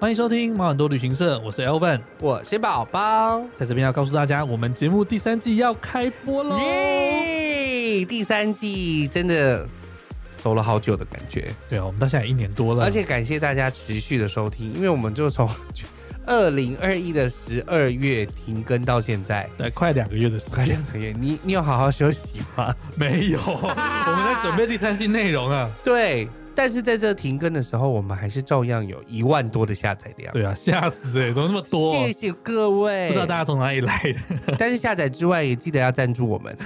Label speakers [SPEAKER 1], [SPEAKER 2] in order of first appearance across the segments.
[SPEAKER 1] 欢迎收听毛很多旅行社，我是 Elvin，
[SPEAKER 2] 我是宝宝，
[SPEAKER 1] 在这边要告诉大家，我们节目第三季要开播喽。
[SPEAKER 2] 耶！第三季真的走了好久的感觉，
[SPEAKER 1] 对啊，我们到现在一年多了，
[SPEAKER 2] 而且感谢大家持续的收听，因为我们就从 二零二一的十二月停更到现在。
[SPEAKER 1] 对快两个月的时
[SPEAKER 2] 快
[SPEAKER 1] 间
[SPEAKER 2] 两，个月，你你有好好休息吗？
[SPEAKER 1] 没有，我们在准备第三季内容 啊。
[SPEAKER 2] 对，但是在这停更的时候，我们还是照样有一万多的下载量。
[SPEAKER 1] 对啊，吓死哎、怎么那么多？
[SPEAKER 2] 谢谢各位。
[SPEAKER 1] 不知道大家从哪里来 的。
[SPEAKER 2] 但是下载之外也记得要赞助我们。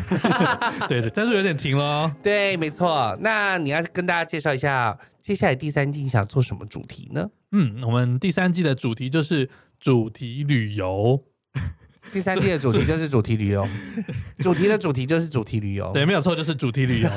[SPEAKER 1] 对的，赞助有点停了哦。
[SPEAKER 2] 对，没错。那你要跟大家介绍一下，接下来第三季你想做什么主题呢？
[SPEAKER 1] 嗯，我们第三季的主题就是主题旅游。
[SPEAKER 2] 第三季的主题就是主题 旅游，主题的主题就是主题旅游。
[SPEAKER 1] 对，，没有错，就是主题 旅游。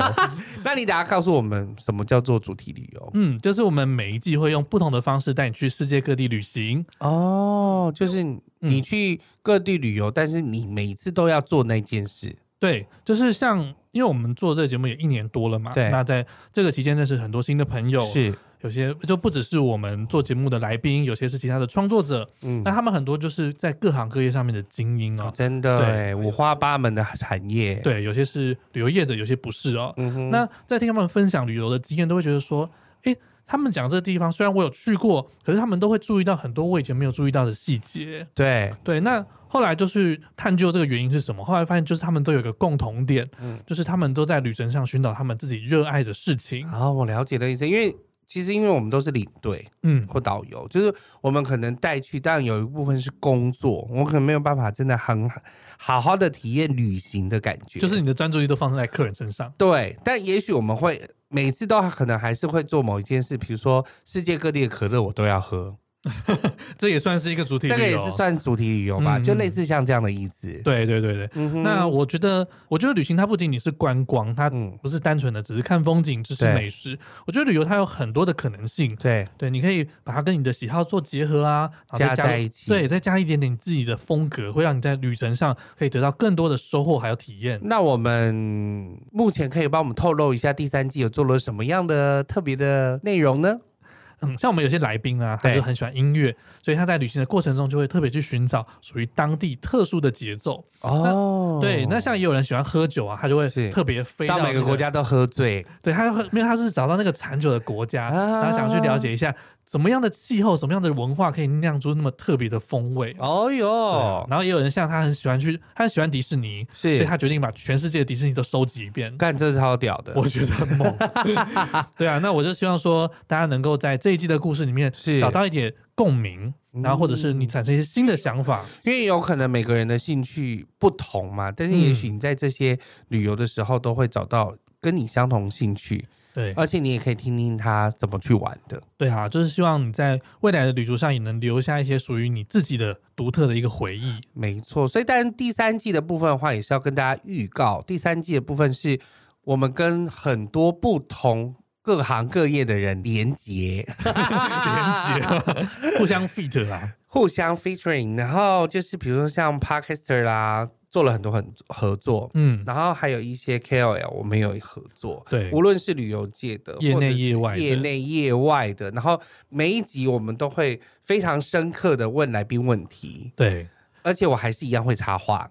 [SPEAKER 2] 那你等下告诉我们什么叫做主题旅游？
[SPEAKER 1] 嗯，就是我们每一季会用不同的方式带你去世界各地旅行。
[SPEAKER 2] 哦，就是你
[SPEAKER 1] 嗯
[SPEAKER 2] 去各地旅游，但是你每次都要做那件事。
[SPEAKER 1] 对，就是像，因为我们做这个节目也一年多了嘛，
[SPEAKER 2] 对
[SPEAKER 1] 那在这个期间认识很多新的朋友，
[SPEAKER 2] 是，
[SPEAKER 1] 有些就不只是我们做节目的来宾，有些是其他的创作者，
[SPEAKER 2] 嗯
[SPEAKER 1] 那，他们很多就是在各行各业上面的精英哦，
[SPEAKER 2] 真的
[SPEAKER 1] 对
[SPEAKER 2] 欸，五花八门的产业。，
[SPEAKER 1] 对，有些是旅游业的，有些不是哦。
[SPEAKER 2] 嗯哼，
[SPEAKER 1] 那在听他们分享旅游的经验，都会觉得说，诶，他们讲这个地方虽然我有去过，可是他们都会注意到很多我以前没有注意到的细节。
[SPEAKER 2] 对，
[SPEAKER 1] 对，那后来就是探究这个原因是什么，后来发现就是他们都有一个共同点，
[SPEAKER 2] 嗯
[SPEAKER 1] 就是他们都在旅程上寻找他们自己热爱的事情。
[SPEAKER 2] 好，我了解了一些，因为其实因为我们都是领队，
[SPEAKER 1] 嗯，
[SPEAKER 2] 或导游，就是我们可能带去，当然有一部分是工作，我可能没有办法真的很好好的体验旅行的感觉，
[SPEAKER 1] 就是你的专注力都放在客人身上。
[SPEAKER 2] 对，但也许我们会每次都可能还是会做某一件事，比如说世界各地的可乐我都要喝，
[SPEAKER 1] 这也算是一个主题
[SPEAKER 2] 这个
[SPEAKER 1] 旅
[SPEAKER 2] 也
[SPEAKER 1] 游，
[SPEAKER 2] 是算主题旅游吧，
[SPEAKER 1] 嗯
[SPEAKER 2] 就类似像这样的意思。
[SPEAKER 1] 对对对对。
[SPEAKER 2] 嗯哼
[SPEAKER 1] 那我觉得，我觉得旅行它不仅仅是观光，它
[SPEAKER 2] 嗯，
[SPEAKER 1] 不是单纯的只是看风景、只是
[SPEAKER 2] 对
[SPEAKER 1] 美食。我觉得旅游它有很多的可能性，
[SPEAKER 2] 对，
[SPEAKER 1] 对，你可以把它跟你的喜好做结合啊，然后再
[SPEAKER 2] 加在
[SPEAKER 1] 入
[SPEAKER 2] 一起
[SPEAKER 1] 对，再加一点点你自己的风格，会让你在旅程上可以得到更多的收获还有体验。
[SPEAKER 2] 那我们目前可以帮我们透露一下第三季有做了什么样的特别的内容呢？
[SPEAKER 1] 嗯，像我们有些来宾啊，他
[SPEAKER 2] 对
[SPEAKER 1] 就很喜欢音乐，所以他在旅行的过程中就会特别去寻找属于当地特殊的节奏。
[SPEAKER 2] 哦，
[SPEAKER 1] 对，那像也有人喜欢喝酒啊，他就会
[SPEAKER 2] 是
[SPEAKER 1] 特别飞
[SPEAKER 2] 到
[SPEAKER 1] 那
[SPEAKER 2] 每个国，家都喝醉，
[SPEAKER 1] 对他喝没有，他是找到那个产酒的国家，
[SPEAKER 2] 啊
[SPEAKER 1] 然后想去了解一下怎么样的气候、什么样的文化可以酿出那么特别的风味。
[SPEAKER 2] 哦
[SPEAKER 1] 对
[SPEAKER 2] 哟
[SPEAKER 1] 啊，然后也有人像他很喜欢去，他很喜欢迪士尼，所以
[SPEAKER 2] 是
[SPEAKER 1] 他决定把全世界的迪士尼都收集一遍。
[SPEAKER 2] 干这超屌的，
[SPEAKER 1] 我觉得很猛， 对啊，那我就希望说大家能够在这一季的故事里面
[SPEAKER 2] 是
[SPEAKER 1] 找到一点共鸣，
[SPEAKER 2] 嗯
[SPEAKER 1] 然后或者是你产生一些新的想法，
[SPEAKER 2] 因为有可能每个人的兴趣不同嘛，但是也许你在这些旅游的时候都会找到跟你相同兴趣，
[SPEAKER 1] 对
[SPEAKER 2] 而且你也可以听听他怎么去玩的。
[SPEAKER 1] 对啊，就是希望你在未来的旅途上也能留下一些属于你自己的独特的一个回 忆。
[SPEAKER 2] 没错，所以当然第三季的部分的话，也是要跟大家预告，第三季的部分是我们跟很多不同。各行各业的人连结，
[SPEAKER 1] 连接互相 fit 啦，
[SPEAKER 2] 互相 featuring，然后就是比如说像 podcaster 啦，做了很多很合作，
[SPEAKER 1] 嗯，
[SPEAKER 2] 然后还有一些 KOL 我们有合作，
[SPEAKER 1] 对
[SPEAKER 2] 无论是旅游界的、
[SPEAKER 1] 业内
[SPEAKER 2] 或者是
[SPEAKER 1] 业外的
[SPEAKER 2] 业内业外的，然后每一集我们都会非常深刻的问来宾问题，
[SPEAKER 1] 对，
[SPEAKER 2] 而且我还是一样会插话，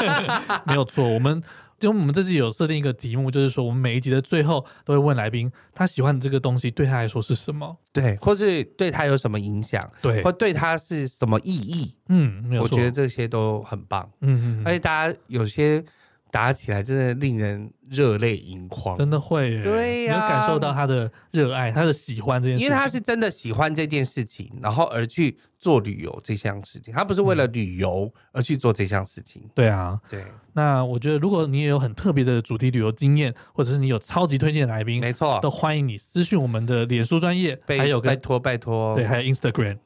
[SPEAKER 1] 没有错，我们。就我们这次有设定一个题目，就是说我们每一集的最后都会问来宾，他喜欢的这个东西对他来说是什么？
[SPEAKER 2] 对，或是对他有什么影响，
[SPEAKER 1] 对
[SPEAKER 2] 或，对他是什么意义，
[SPEAKER 1] 嗯，没有
[SPEAKER 2] 我
[SPEAKER 1] 错，
[SPEAKER 2] 觉得这些都很棒，
[SPEAKER 1] 嗯嗯
[SPEAKER 2] 而
[SPEAKER 1] 嗯，
[SPEAKER 2] 且大家有些答起来真的令人热泪盈眶。
[SPEAKER 1] 真的会耶，
[SPEAKER 2] 对呀
[SPEAKER 1] 你能感受到他的热爱，他的喜欢这件事
[SPEAKER 2] 因
[SPEAKER 1] 情，
[SPEAKER 2] 为他是真的喜欢这件事情，然后而去做旅游这项事情，他不是为了旅游而去做这项事情。
[SPEAKER 1] 对啊。
[SPEAKER 2] 对，
[SPEAKER 1] 那我觉得，如果你也有很特别的主题旅游经验，或者是你有超级推荐的来宾，
[SPEAKER 2] 没错
[SPEAKER 1] 都，欢迎你私讯我们的脸书专业，
[SPEAKER 2] 拜
[SPEAKER 1] 还有
[SPEAKER 2] 拜
[SPEAKER 1] 跟
[SPEAKER 2] 托拜托，
[SPEAKER 1] 对，还有 Instagram，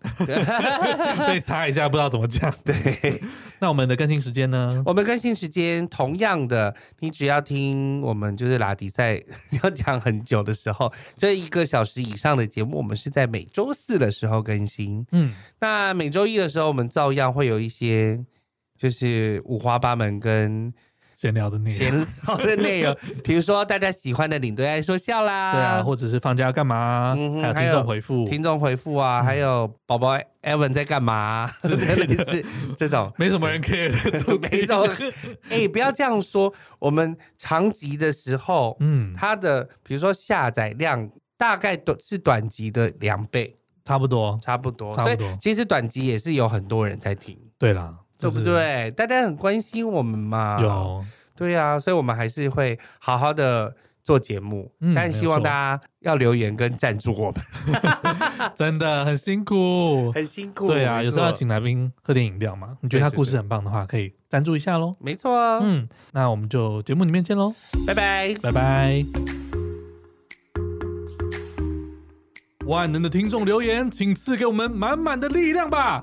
[SPEAKER 1] 被 查一下，不知道怎么讲。
[SPEAKER 2] 对，哦
[SPEAKER 1] 那我们的更新时间呢？
[SPEAKER 2] 我们更新时间同样的，你只要听我们就是拉迪赛要讲很久的时候，这一个小时以上的节目，我们是在每周四的时候更新。
[SPEAKER 1] 嗯，
[SPEAKER 2] 那每周一的时候，我们照样会有一些就是五花八门跟
[SPEAKER 1] 闲聊的内容。
[SPEAKER 2] 闲 聊的内容，比如说大家喜欢的领队爱说笑啦，
[SPEAKER 1] 对啊，或者是放假干嘛？
[SPEAKER 2] 嗯哼
[SPEAKER 1] 还有
[SPEAKER 2] 还
[SPEAKER 1] 听
[SPEAKER 2] 有
[SPEAKER 1] 众回复，
[SPEAKER 2] 听众回复啊，还有宝宝 Evan 在 干嘛， 是这类似这种。
[SPEAKER 1] 没什么人 care 的 主题。
[SPEAKER 2] 没 什么，哎、不要这样说。我们长集的时候，
[SPEAKER 1] 嗯，
[SPEAKER 2] 它的比如说下载量大概短是短集的两倍，
[SPEAKER 1] 差不多。
[SPEAKER 2] 差不多。
[SPEAKER 1] 差不多
[SPEAKER 2] 所以其实短集也是有很多人在听，
[SPEAKER 1] 对啦，
[SPEAKER 2] 对不
[SPEAKER 1] 就是？
[SPEAKER 2] 对？大家很关心我们嘛。，
[SPEAKER 1] 有，
[SPEAKER 2] 对啊，所以我们还是会好好的做节目，
[SPEAKER 1] 嗯
[SPEAKER 2] 但希
[SPEAKER 1] 没有
[SPEAKER 2] 望
[SPEAKER 1] 错
[SPEAKER 2] 大家要留言跟赞助我们，
[SPEAKER 1] 真的很辛苦。
[SPEAKER 2] 很辛苦。
[SPEAKER 1] 对啊，
[SPEAKER 2] 没
[SPEAKER 1] 有时候要
[SPEAKER 2] 错
[SPEAKER 1] 请来宾喝点饮料嘛。你觉
[SPEAKER 2] 对
[SPEAKER 1] 得他
[SPEAKER 2] 对
[SPEAKER 1] 故事
[SPEAKER 2] 对
[SPEAKER 1] 很棒的话，可以赞助一下喽。
[SPEAKER 2] 没错啊，
[SPEAKER 1] 嗯，那我们就节目里面见喽，
[SPEAKER 2] 拜拜。
[SPEAKER 1] 拜拜。万能的听众留言，请赐给我们满满的力量吧！